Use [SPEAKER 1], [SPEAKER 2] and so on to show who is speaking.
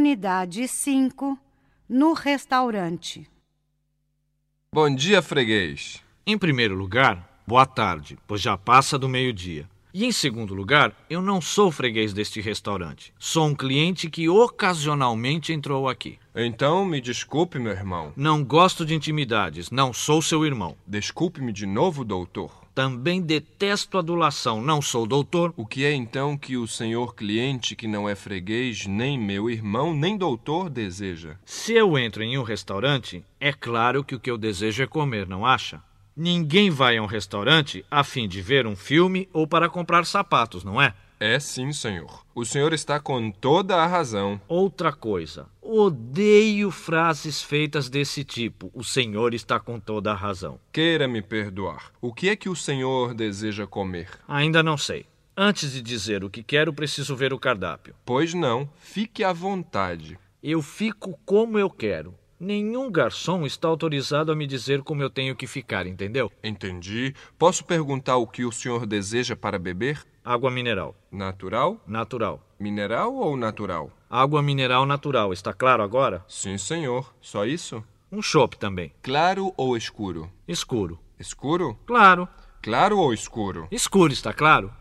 [SPEAKER 1] unidade 5, no restaurante.
[SPEAKER 2] Bom dia, freguês.
[SPEAKER 3] Em primeiro lugar, boa tarde, pois já passa do meio-dia. E em segundo lugar, eu não sou freguês deste restaurante. Sou um cliente que ocasionalmente entrou aqui.
[SPEAKER 2] Então, me desculpe, meu irmão.
[SPEAKER 3] Não gosto de intimidades, não sou seu irmão.
[SPEAKER 2] Desculpe-me de novo, doutor.
[SPEAKER 3] Também detesto adulação, não sou doutor.
[SPEAKER 2] O que é então que o senhor cliente, que não é freguês, nem meu irmão, nem doutor, deseja?
[SPEAKER 3] Se eu entro em um restaurante, é claro que o que eu desejo é comer, não acha? Ninguém vai a um restaurante a fim de ver um filme ou para comprar sapatos, não é?
[SPEAKER 2] É sim, senhor. O senhor está com toda a razão.
[SPEAKER 3] Outra coisa, odeio frases feitas desse tipo. O senhor está com toda a razão.
[SPEAKER 2] Queira me perdoar. O que é que o senhor deseja comer?
[SPEAKER 3] Ainda não sei. Antes de dizer o que quero, preciso ver o cardápio.
[SPEAKER 2] Pois não, fique à vontade.
[SPEAKER 3] Eu fico como eu quero. Nenhum garçom está autorizado a me dizer como eu tenho que ficar, entendeu?
[SPEAKER 2] Entendi. Posso perguntar o que o senhor deseja para beber?
[SPEAKER 3] Água mineral,
[SPEAKER 2] Natural?
[SPEAKER 3] natural.
[SPEAKER 2] Mineral ou natural?
[SPEAKER 3] Água mineral natural, está claro agora?
[SPEAKER 2] Sim, senhor. Só isso?
[SPEAKER 3] Um chopp também.
[SPEAKER 2] Claro ou escuro?
[SPEAKER 3] Escuro.
[SPEAKER 2] Escuro?
[SPEAKER 3] Claro.
[SPEAKER 2] Claro ou escuro?
[SPEAKER 3] Escuro, está claro?